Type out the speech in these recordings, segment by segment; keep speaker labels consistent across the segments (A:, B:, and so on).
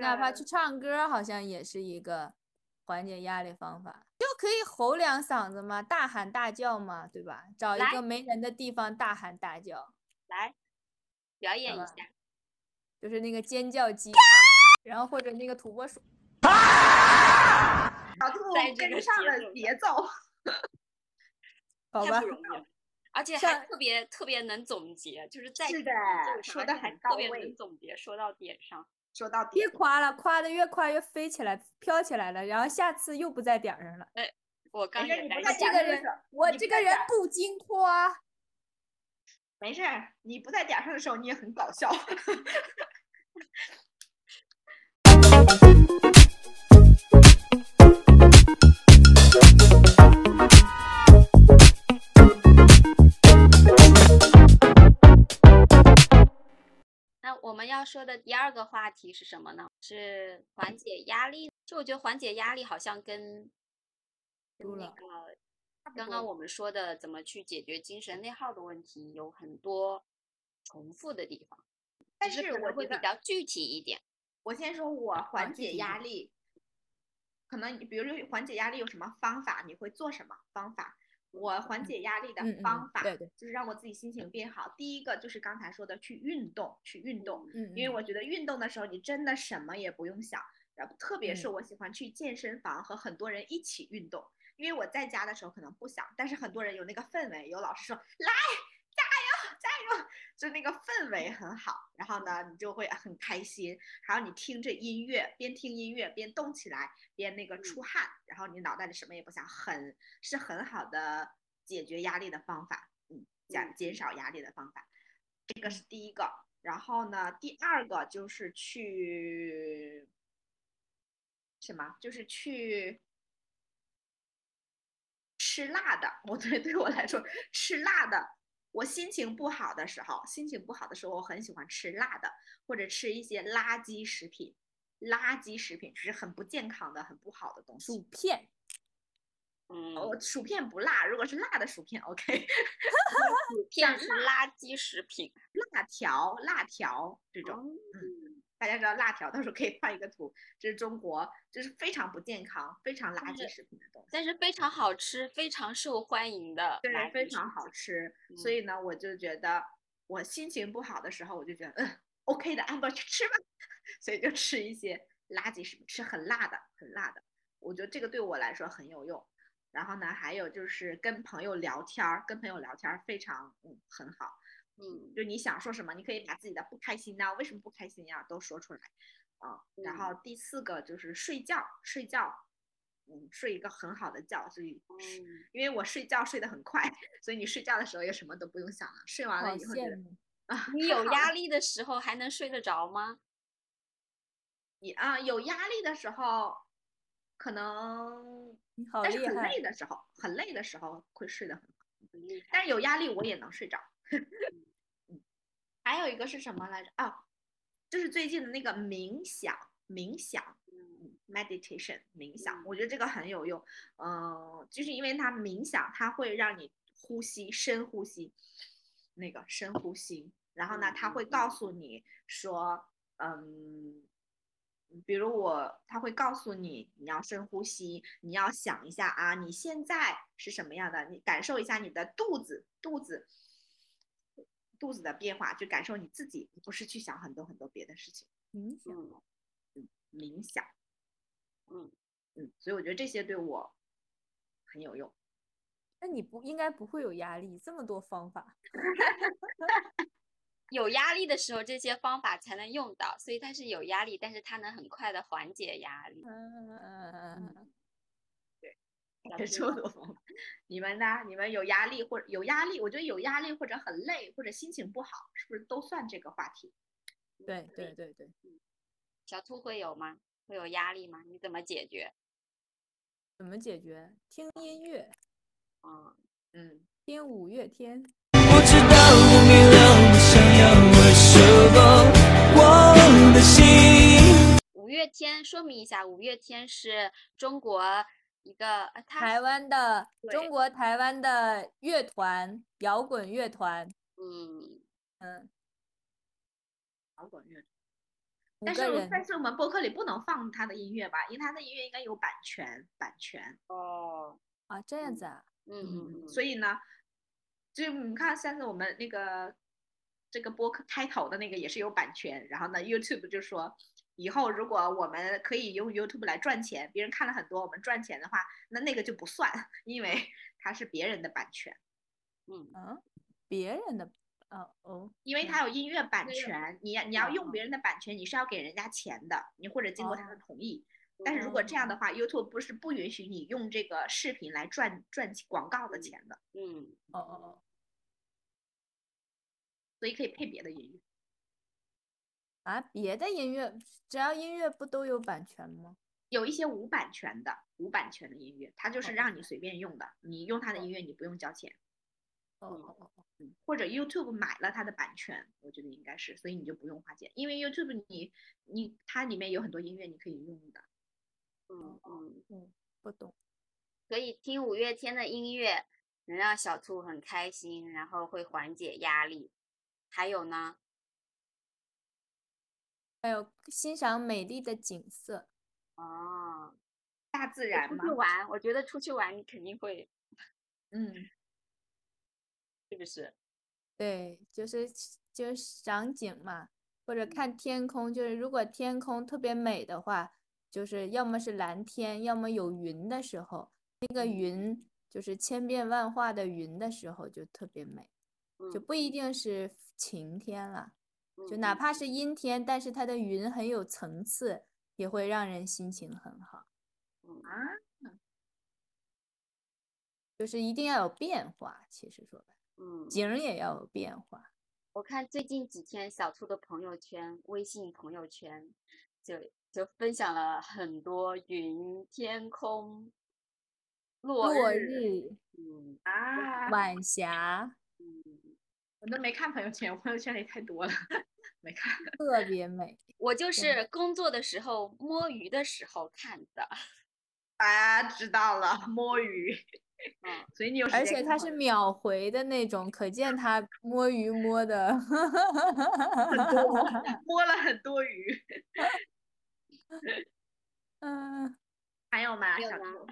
A: 哪怕去唱歌，好像也是一个缓解压力方法，就可以吼两嗓子嘛，大喊大叫嘛，对吧？找一
B: 来
A: 个没人的地方大喊大叫，
B: 来表
C: 嗯
B: 演一
A: 吧
B: 下，
A: 就是那个尖叫 鸡，然后或者那个土拨鼠。
C: 小兔
B: 在这个
C: 跟上
B: 节奏
C: 了
B: 上
C: 节奏。
A: 好
B: 太
A: 吧
B: 不，容易了，而且还
A: 上
B: 特别特别能总结，就是在
C: 是
B: 这个
C: 的
B: 节奏上
C: 说
B: 而
C: 得
B: 且还
C: 很到
B: 特别能
C: 位
B: 总结，说到点上。
C: 说到底
A: 别，夸了，夸的越夸越飞起来，飘起来了，然后下次又不在点儿上了。
B: 我刚
C: 没事，
B: 也
C: 你
B: 在
C: 不
A: 在
C: 在
A: 这
C: 点
B: 想
A: 个
C: 儿上的
A: 人
C: 时候，
A: 我
C: 你
A: 这
C: 不在
A: 个人
C: 点儿
A: 不经夸，
C: 没事儿，你不在点儿上的时候，你也很搞 笑。
B: 那我们要说的第二个话题是什么呢？是缓解压力。就我觉得缓解压力好像跟
A: 输
B: 跟那
A: 了
B: 个
C: 差不
B: 刚
C: 多
B: 刚我们说的怎么去解决精神内耗的问题有很多重复的地方，
C: 但
B: 只是
C: 是
B: 可能
C: 我
B: 会
C: 觉
B: 比
C: 得
B: 较具体一点。
C: 我先说我缓
A: 具
C: 解
A: 体一
C: 压
A: 点
C: 力，可能你比如说缓解压力有什么方法，你会做什么方法？我缓解压力的
A: 嗯嗯
C: 方法
A: 对对
C: 就是让我自己心情变好。第一个就是刚才说的去运动，去运动，
A: 嗯，
C: 因为
A: 嗯
C: 我觉得运动的时候你真的什么也不用想，然后特别是
A: 嗯
C: 我喜欢去健身房和很多人一起运动，因为我在家的时候可能不想，但是很多人有那个氛围，有老师说来加油加油，就那个氛围很好，然后呢你就会很开心，还有你听着音乐，边听音乐边动起来，边那个
A: 嗯
C: 出汗，然后你脑袋里什么也不想，很是很好的解决压力的方法，嗯，减
B: 嗯
C: 减少压力的方法。这个是第一个。然后呢，第二个就是去什么？就是去吃辣的。我对对我来说，吃辣的。我心情不好的时候，心情不好的时候，我很喜欢吃辣的，或者吃一些垃圾食品。垃圾食品就是很不健康的、很不好的东西。
A: 薯片，
B: 嗯，
C: 哦，薯片不辣，如果是辣的薯片，OK。
B: 薯片是垃圾食品。
C: 辣条、辣条这种，大家知道辣条，到时候可以放一个图，这是中国，这是非常不健康、非常垃圾
B: 是
C: 食品的东西，
B: 但是非常好吃，非常受欢迎的垃圾食
C: 对，非
B: 品，
C: 常好吃。所
B: 嗯
C: 以呢，我就觉得我心情不好的时候，我就觉得嗯，OK 的，按吧，去吃吧， 所以就吃一些垃圾食品，吃很辣的，很辣的。我觉得这个对我来说很有用。然后呢，还有就是跟朋友聊天儿，跟朋友聊天儿非常嗯很好。
B: 嗯，
C: 就你想说什么，你可以把自己的不开心啊呐、为什么不开心呀、都说出来啊。然后
B: 嗯
C: 第四个就是睡觉，睡觉，嗯，睡一个很好的觉，所以睡
B: 嗯
C: 因为我睡觉睡得很快， 所以你睡觉的时候也什么都不用想了，睡完
A: 好
C: 了以后觉
A: 羡
C: 得
A: 慕。
C: 啊，
B: 你
C: 太
B: 有
C: 好
B: 压
C: 了
B: 力的时候还能睡得着吗？
C: 你啊，有压力的时候，可能，
A: 你好
C: 但是
A: 厉
C: 很
A: 害
C: 累，的时候，很累的时候会睡得很好，
B: 很厉害
C: 但是有压力我也能睡着。 嗯，还有一个是什么来着？啊，就是最近的那个冥想，冥想。
B: 嗯
C: 嗯 meditation 冥
B: 嗯
C: 想，我觉得这个很有用。嗯、就是因为它冥想，它会让你呼吸，深呼吸，那个深呼吸。然后呢，它会
B: 嗯嗯
C: 告诉你说，嗯，比如我，它会告诉你你要深呼吸，你要想一下啊，你现在是什么样的？你感受一下你的肚子，肚子。肚子的变化，去感受你自己，不是去想很多很多别的事情。
A: 冥想
B: 嗯
C: 冥想，
B: 嗯
C: 嗯，所以我觉得这些对我很有用。
A: 那你不应该不会有压力，这么多方法。
B: 有压力的时候，这些方法才能用到，所以它是有压力，但是它能很快的缓解压力。
A: 嗯，
B: 小
C: 也
B: 心
C: 是我
B: 吧
C: 的方法。你们呢？你们有压力或者有压力？我觉得有压力或者很累或者心情不好，是不是都算这个话题？
A: 对对对对，
B: 小兔会有吗？会有压力吗？你怎么解决？
A: 怎么解决？听音乐，
B: 嗯，
C: 嗯，
A: 听五月天。
D: 不知道你让我想要为什么，我的心。
B: 五月天，说明一下，五月天是中国一个，呃、他
A: 台湾的
B: 对
A: 中国台湾的乐团，摇滚乐团，
B: 嗯，
A: 嗯，
C: 摇滚乐
A: 五
C: 但
A: 个
C: 是
A: 人
C: 但是我们播客里不能放他的音乐吧，因为他的音乐应该有版权，版权。
B: 哦，
A: 啊，这样子啊，
B: 嗯嗯嗯，
C: 所
B: 以
C: 以呢，就你看上次我们那个这个播客开头的那个也是有版权，然后呢，YouTube 就说以后如果我们可以用 YouTube 来赚钱，别人看了很多，我们赚钱的话，那那个就不算，因为它是别人的版权，
B: 嗯
A: 嗯，别人的啊哦，
C: 因为它有音乐版
B: 音乐
C: 权，你要你要
A: 哦
C: 用别人的版权，你是要给人家钱的，你或者经过他的同意。但是如果这样的话，YouTube 不是不允许你用这个视频来赚赚广告的钱的，
B: 嗯
A: 哦哦哦
C: 所以可以配别的音乐。
A: 啊，别的音乐只要音乐不都有版权吗？
C: 有一些无版权的、无版权的音乐，它就是
A: 哦
C: 让你随便用的，你用它的
A: 哦
C: 音乐你不用交钱，
A: 哦
B: 嗯
A: 哦哦哦，
C: 或者 YouTube 买了它的版权，我觉得应该是，所以你就不用花钱，因为 YouTube 你你它里面有很多音乐你可以用的，
B: 嗯嗯，
A: 不懂，
B: 可以听五月天的音乐，能让小兔很开心，然后会缓解压力。还有呢，
A: 还有欣赏美丽的景色，
B: 哦，
C: 大自
B: 我
C: 然
B: 出
C: 嘛
B: 去，玩，我觉得出去玩你肯定会，
C: 嗯，
B: 是不是？
A: 对，就是就是赏景嘛，或者看天空，就是如果天空特别美的话，就是要么是蓝天，要么有云的时候，那
B: 嗯
A: 个云就是千变万化的云的时候就特别美，就
B: 嗯
A: 不一定是晴天了，就
B: 嗯
A: 哪
B: 嗯
A: 怕是阴天，但是它的云很有层次，也会让人心情很好，
B: 嗯
C: 啊，
A: 就是一定要有变化。其实说白了，
B: 嗯，
A: 景儿也要有变化。
B: 我看最近几天小兔的朋友圈，微信朋友圈就就分享了很多云、天空、落
A: 落
B: 日，
A: 日、
B: 嗯
C: 啊，
A: 晚霞
B: 嗯。
C: 我都没看朋友圈，我 朋友圈里太多了，没看，
A: 特别美。
B: 我就
A: 真的
B: 是工作的时候、摸鱼的时候看的，
C: 啊，知道了，摸 鱼，
B: 嗯，
C: 所以你有时
A: 而
C: 间
A: 且
C: 跟
A: 他
C: 朋
A: 是
C: 友
A: 秒回的那种，可见他摸鱼摸的
C: 很多， 摸了很多鱼，
A: 嗯
C: 还有吗？
B: 还有
C: 小
B: 吗
C: 兔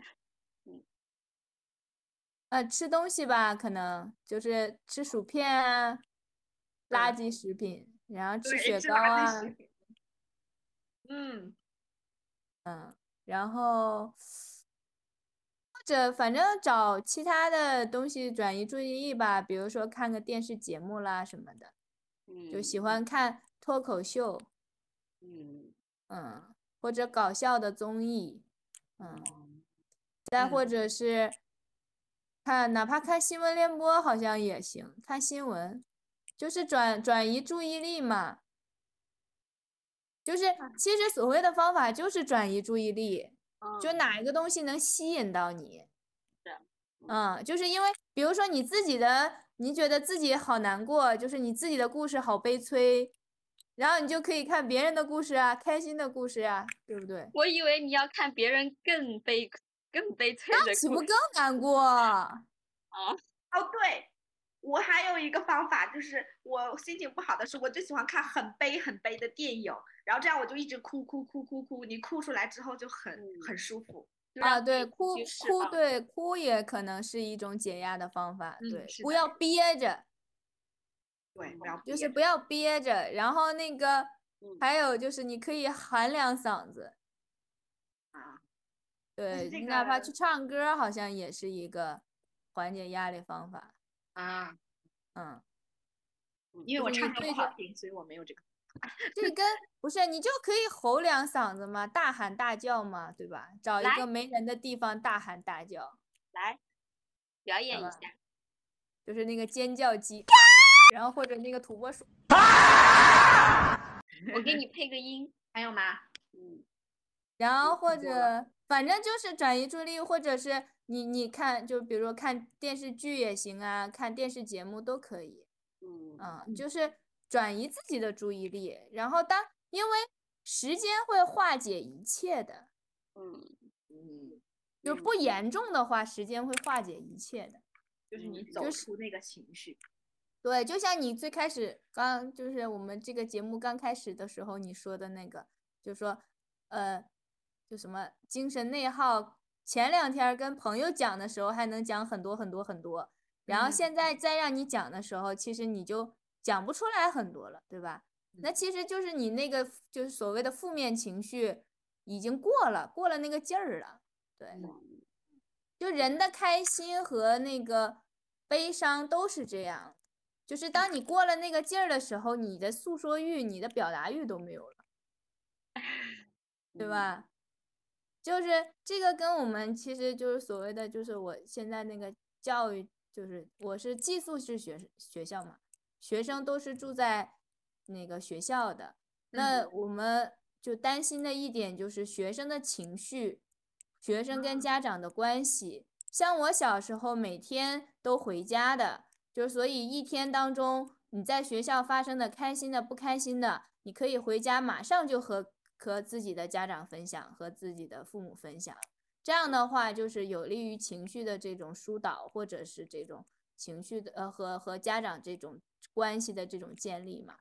A: 呃，吃东西吧，可能就是吃薯片啊，垃圾食品，然后吃
C: 对
A: 雪
C: 吃
A: 糕
C: 垃圾
A: 啊
C: 食，品嗯。
A: 嗯然后或者反正找其他的东西转移注意力吧，比如说看个电视节目啦什么的，就
B: 嗯
A: 喜欢看脱口秀，
B: 嗯
A: 嗯，或者搞笑的综艺，嗯。
B: 嗯
A: 再
C: 嗯
A: 或者是看，哪怕看新闻联播好像也行，看新闻，就是转转移注意力嘛。就是其实所谓的方法就是转移注意力，就
B: 嗯
A: 哪一个东西能吸引到你
B: 是。
A: 嗯，就是因为比如说你自己的，你觉得自己好难过，就是你自己的故事好悲催，然后你就可以看别人的故事啊，开心的故事啊，对不对？
B: 我以为你要看别人更悲更悲催的
A: 岂不
B: 故事
A: 更难过？
B: 啊，
C: 哦，对，我还有一个方法，就是我心情不好的时候，我就喜欢看很悲很悲的电影，然后这样我就一直哭哭哭哭哭，你哭出来之后就很很舒服。
B: 就
A: 啊，
B: 让自
A: 对，
B: 己
A: 哭
B: 去释
A: 哭，
B: 放，
A: 对，哭也可能是一种解压的方法，
C: 嗯
A: 对，
C: 是
A: 不
C: 的
A: 要憋着，
C: 对，
B: 嗯
C: 不要
A: 就
C: 憋
A: 是不要憋着，然后那个
B: 嗯
A: 还有就是你可以喊两嗓子，
C: 啊。
A: 对，
C: 这
A: 你哪怕
C: 个
A: 去唱歌儿，好像也是一个缓解压力方法，
C: 啊，
A: 嗯，
C: 因为我
A: 就是
C: 唱
A: 你
C: 歌
A: 对
C: 不
A: 着
C: 好听，所以我没有这个。
A: 这跟不是你就可以吼两嗓子嘛，大喊大叫嘛，对吧？找一
B: 来
A: 个没人的地方大喊大叫，
B: 来表演一
A: 吧
B: 下，
A: 就是那个尖叫鸡，然后或者那个土拨鼠。
B: 我给你配 个音，
C: 还有吗？
B: 嗯
A: 然后或
C: 听过了
A: 者反正就是转移注意力，或者是你你看，就比如说看电视剧也行啊，看电视节目都可以，
B: 嗯
A: 嗯，就是转移自己的注意力。然后当因为时间会化解一切的，
B: 嗯，
C: 嗯，
A: 就是
B: 嗯
A: 不严重的话，时间会化解一切的。
C: 就是你
B: 嗯
C: 走
A: 就是
C: 出那个情绪。
A: 对，就像你最开始刚就是我们这个节目刚开始的时候你说的那个，就说呃，就什么精神内耗。前两天儿跟朋友讲的时候还能讲很多很多很多，然后
C: 嗯
A: 现在再让你讲的时候，其实你就讲不出来很多了，对吧？那其实就是你那个就是所谓的负面情绪已经过了，过了那个劲儿了，对。就人的开心和那个悲伤都是这样，就是当你过了那个劲儿的时候，你的诉说欲、你的表达欲都没有了，对
B: 嗯？
A: 吧？就是这个跟我们其实就是所谓的，就是我现在那个教育，就是我是寄宿制学学校嘛，学生都是住在那个学校的。那
C: 嗯
A: 我们就担心的一点就是学生的情绪，学生跟家长的关系。像我小时候每天都回家的，就是所以一天当中你在学校发生的开心的、不开心的，你可以回家马上就和和自己的家长分享，和自己的父母分享。这样的话，就是有利于情绪的这种疏导，或者是这种情绪的呃和和家长这种关系的这种建立嘛。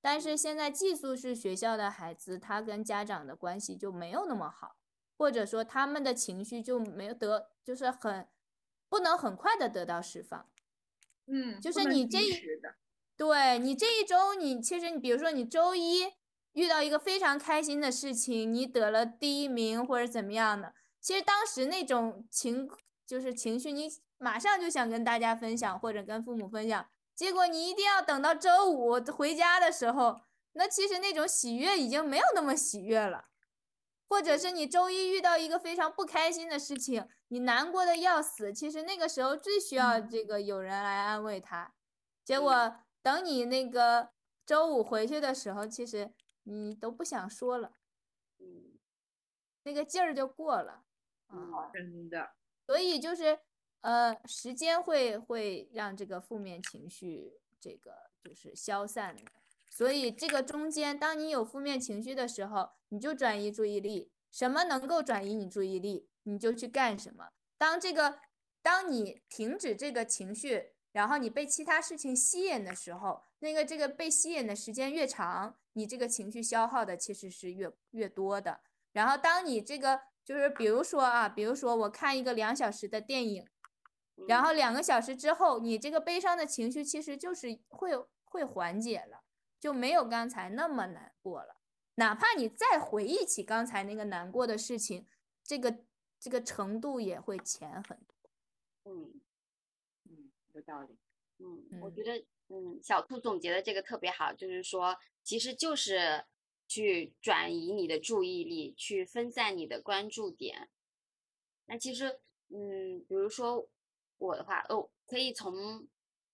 A: 但是现在寄宿制学校的孩子，他跟家长的关系就没有那么好，或者说他们的情绪就没有得，就是很不能很快的得到释放。
C: 嗯，
A: 就
C: 不
A: 是
C: 能
A: 你
C: 及
A: 这一
C: 时的，
A: 对你这一周你，其实你比如说你周一遇到一个非常开心的事情，你得了第一名或者怎么样的，其实当时那种情就是情绪，你马上就想跟大家分享或者跟父母分享，结果你一定要等到周五回家的时候，那其实那种喜悦已经没有那么喜悦了。或者是你周一遇到一个非常不开心的事情，你难过的要死，其实那个时候最需要这个有人来安慰他。结
B: 嗯
A: 果等你那个周五回去的时候，其实你都不想说了，
B: 嗯
A: 那个劲儿就过了。
B: 嗯
A: 啊，
C: 真的，
A: 所以就是呃，时间会会让这个负面情绪这个就是消散的。所以这个中间，当你有负面情绪的时候，你就转移注意力，什么能够转移你注意力，你就去干什么。当这个，当你停止这个情绪，然后你被其他事情吸引的时候，那个这个被吸引的时间越长，你这个情绪消耗的其实是越越多的。然后当你这个就是比如说啊，比如说我看一个两小时的电影，然后两个小时之后，你这个悲伤的情绪其实就是会有会缓解了，就没有刚才那么难过了。哪怕你再回忆起刚才那个难过的事情，这个这个程度也会浅很多。
B: 嗯
C: 嗯，有道理，
B: 嗯，我觉得嗯，小兔总结的这个特别好，就是说，其实就是去转移你的注意力，去分散你的关注点。那其实嗯，比如说我的话，哦，可以从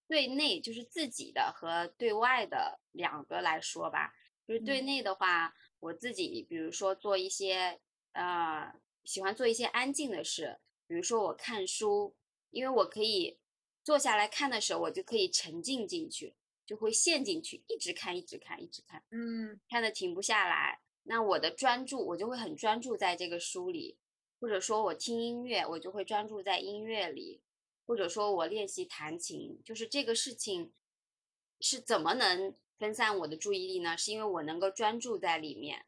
B: 对内就是自己的和对外的两个来说吧。就是对
A: 嗯
B: 内的话，我自己比如说做一些呃，喜欢做一些安静的事，比如说我看书，因为我可以坐下来看的时候，我就可以沉浸进去，就会陷进去，一直看，一直看，一直看。
C: 嗯
B: 看的停不下来，那我的专注我就会很专注在这个书里，或者说我听音乐，我就会专注在音乐里，或者说我练习弹琴，就是这个事情是怎么能分散我的注意力呢？是因为我能够专注在里面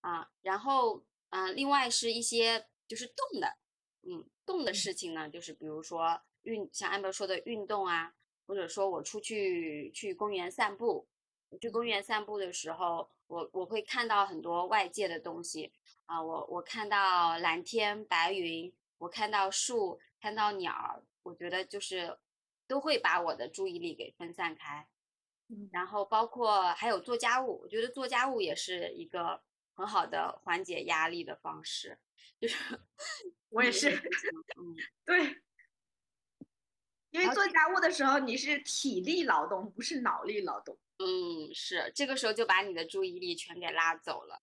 B: 啊，然后嗯、呃另外是一些就是动的，嗯，动的事情呢，就是比如说运，像安博说的运动啊，或者说我出去去公园散步，我去公园散步的时候，我我会看到很多外界的东西啊、我我看到蓝天白云，我看到树，看到鸟儿，我觉得就是都会把我的注意力给分散开。
A: 嗯
B: 然后包括还有做家务，我觉得做家务也是一个很好的缓解压力的方式，就是
C: 我也
B: 嗯
C: 是，
B: 嗯，
C: 对，因为
B: 而
C: 做家务的时候你是体力劳动，不是脑力劳动，
B: 嗯，是，这个时候就把你的注意力全给拉走了。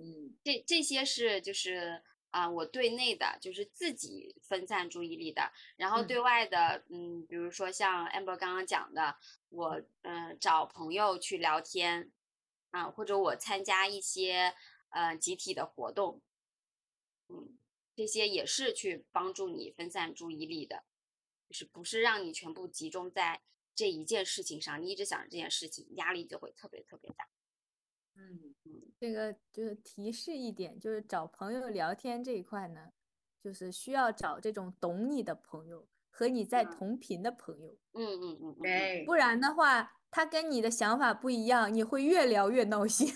C: 嗯
B: 这这些是就是啊、我对内的就是自己分散注意力的，然后
A: 嗯
B: 对外的，嗯，比如说像 Amber 刚刚讲的，我嗯、呃找朋友去聊天啊、或者我参加一些呃集体的活动，嗯，这些也是去帮助你分散注意力的，就是不是让你全部集中在这一件事情上，你一直想着这件事情，压力就会特别特别大。
C: 嗯，
A: 这个就是提示一点，就是找朋友聊天这一块呢，就是需要找这种懂你的朋友和你在
B: 嗯
A: 同频的朋友，
B: 嗯嗯嗯嗯嗯，
C: 对，
A: 不然的话，他跟你的想法不一样，你会越聊越闹心。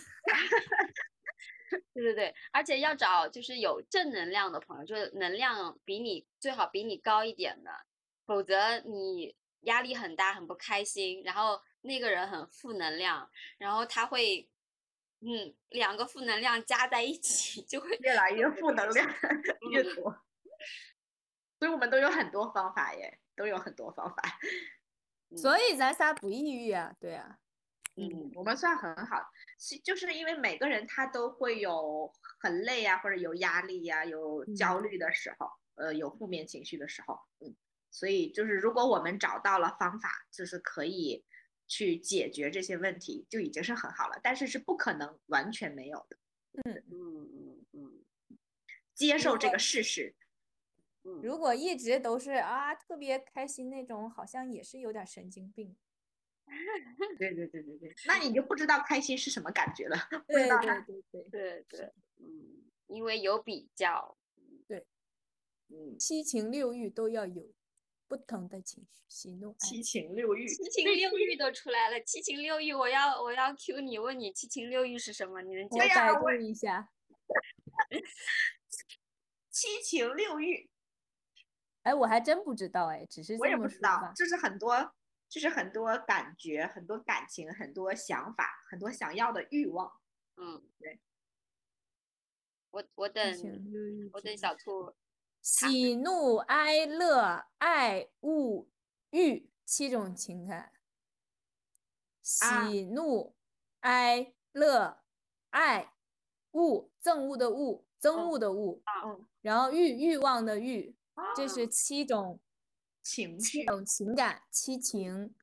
B: 对对对，而且要找就是有正能量的朋友，就是能量比你最好比你高一点的，否则你压力很大，很不开心，然后那个人很负能量，然后他会，嗯，两个负能量加在一起 就会
C: 越来越负能量越
B: 嗯
C: 多， 所以我们都有很多方法耶，都有很多方法。
A: 所以咱仨不抑郁啊，对啊，
C: 嗯，我们算很好，是就是因为每个人他都会有很累啊，或者有压力呀、有焦虑的时候，呃，有负面情绪的时候，嗯，所以就是如果我们找到了方法，就是可以去解决这些问题，就已经是很好了。但是是不可能完全没有的，
B: 嗯嗯嗯
C: 接受这
A: 果
C: 个事实，
B: 嗯，
A: 如果一直都是啊特别开心那种，好像也是有点神经病。
C: 对对对对对，那你就不知道开心是什么感觉了。
A: 对
C: 道
A: 对对对，
B: 对对，嗯，因为有比较，
C: 嗯，
A: 七情六欲都要有，不同的情绪，喜怒哀。
C: 七情六欲，
B: 七情六欲都出来了，七情六欲，我要我要 Q 你，问你七情六欲是什么？你能
A: 我
B: 解
C: 对
B: 释？
C: 呀
A: 百
C: 我
A: 度一下，
C: 七情六欲，
A: 哎，我还真不知道，哎，只是
C: 我也
A: 这
C: 不
A: 么
C: 知
A: 说
C: 道
A: 吧，。
C: 就是很多，就是很多感觉，很多感情，很多想法，很多想要的欲望。
B: 嗯，
C: 对。
B: 我我
A: 七
B: 等
A: 情六欲
B: 我
A: 之
B: 等
A: 类
B: 小
A: 的
B: 兔，
A: 喜怒哀乐爱恶欲七种情感，
C: 啊
A: 喜怒哀乐爱恶憎恶的恶憎
C: 嗯
A: 恶的恶
C: 嗯，
A: 然后欲欲望的欲，这是七种
C: 哦情
A: 七
C: 绪，
A: 种情感七情，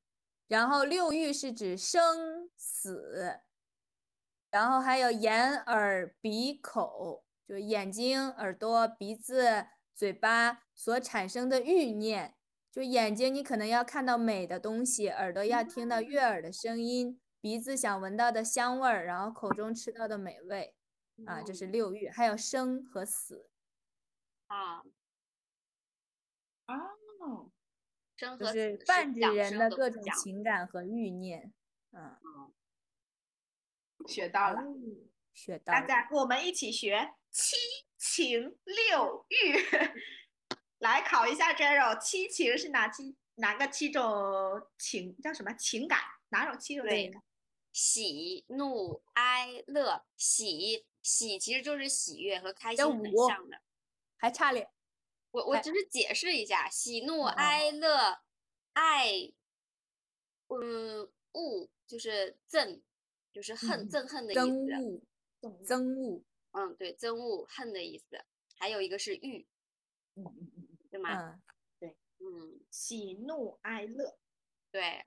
A: 然后六欲是指生死，然后还有眼耳鼻口，就是眼睛、耳朵、鼻子、嘴巴所产生的欲念。就眼睛你可能要看到美的东西，耳朵要听到悦耳的声音，鼻子想闻到的香味儿，然后口中吃到的美味啊，
B: 嗯
A: 这是六欲，还有生和死，
B: 啊，
C: 哦，
B: 生
A: 就
B: 和
A: 是
B: 死
A: 泛指
B: 讲
A: 人
B: 生
A: 的
B: 和
A: 各
B: 不
A: 种
B: 讲
A: 情感和欲念。嗯。
C: 学到了，
A: 学到
C: 大
A: 了。
C: 家跟我们一起学七情六欲， 来考一下 Jero，七情是哪七哪个七种情叫什么情感？哪种七种情
B: 对
C: 感？
B: 喜怒哀乐，喜喜其实就是喜悦和开
A: 这
B: 心很
A: 五
B: 像的。
A: 还差点，
B: 我我
A: 还
B: 只是解释一下，喜怒
A: 哦哦
B: 哀乐爱，嗯，恶就是憎，就是恨
A: 嗯
B: 憎恨的意
A: 憎
B: 思。
A: 恶，憎恶，
B: 嗯，对，憎恶恨的意思。还有一个是欲，
C: 嗯嗯嗯，
B: 对吗？
A: 嗯，
B: 嗯，
C: 喜怒哀乐，
B: 对。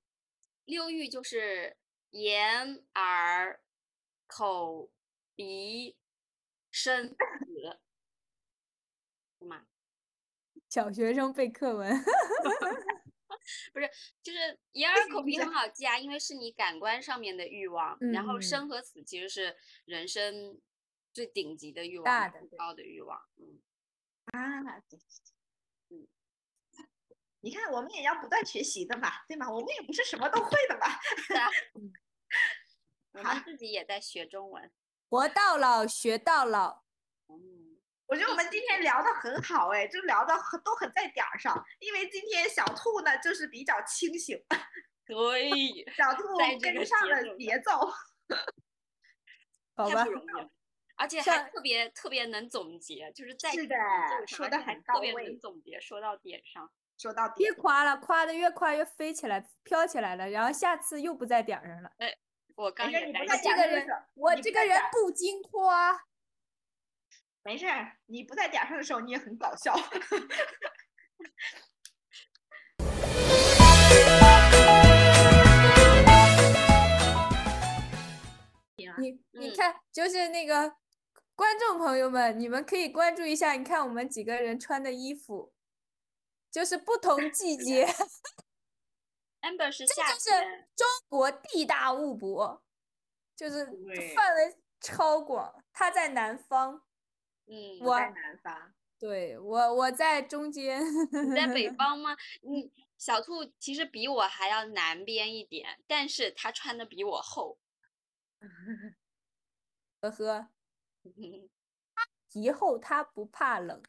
B: 六欲就是眼耳口鼻 身子，对吗？
A: 小学生背课文，
B: 就是眼耳口
C: 行
B: 鼻
C: 行
B: 很好记啊，因为是你感官上面的欲望，然后
A: 嗯
B: 生和死其实是人生最顶级的欲望，
A: 大的
B: 最
A: 对
B: 高的欲望。嗯，
C: 啊，对对对，嗯，你看我们也要不断学习的嘛，对吗？我们也不是什么都会的嘛。
B: 我
C: 好
B: 们自己也在学中文。
A: 活到老学到老，
B: 嗯，
C: 我觉得我们今天聊的很好哎，就聊的很都很在点儿上，因为今天小兔呢就是比较清醒，
B: 对，
C: 小兔
B: 在这个
C: 跟上
B: 节奏
C: 了
B: 上
C: 节奏，
A: 好
B: 太
A: 吧
B: 不，容易了，而且还
A: 上
B: 特别特别能总结，就是在
C: 是
B: 这个节
C: 的
B: 奏上
C: 说
B: 而
C: 得
B: 且还
C: 很
B: 特
C: 到
B: 别
C: 位
B: 能总结，说到点上。
C: 说到底
A: 别，夸了，夸的越夸越飞起来，飘起来了，然后下次又不在点儿上了。
B: 我刚
C: 没事
B: 也
C: 你
B: 在
C: 不
A: 那
C: 在
A: 这
B: 想
C: 点
A: 个
C: 儿上的
A: 人
C: 时候，
A: 我
C: 你
A: 这
C: 不在
A: 个
C: 点
A: 人
C: 儿
A: 不啊经夸，
C: 没事儿，你不在点儿上的时候你也很搞笑。
A: 你你
B: 嗯
A: 看，就是那个观众朋友们，你们可以关注一下，你看我们几个人穿的衣服，就是不同季节。
B: amber 是夏
A: 就是
B: 天，
A: 中国地大物博，就是
C: 对
A: 范围超广。他在南方，
B: 嗯，
A: 我
C: 在南方，
A: 对我我在中间，
B: 你在 北方吗？你小兔其实比我还要南边一点，但是它穿的比我厚。
A: 呵呵，以后他不怕冷。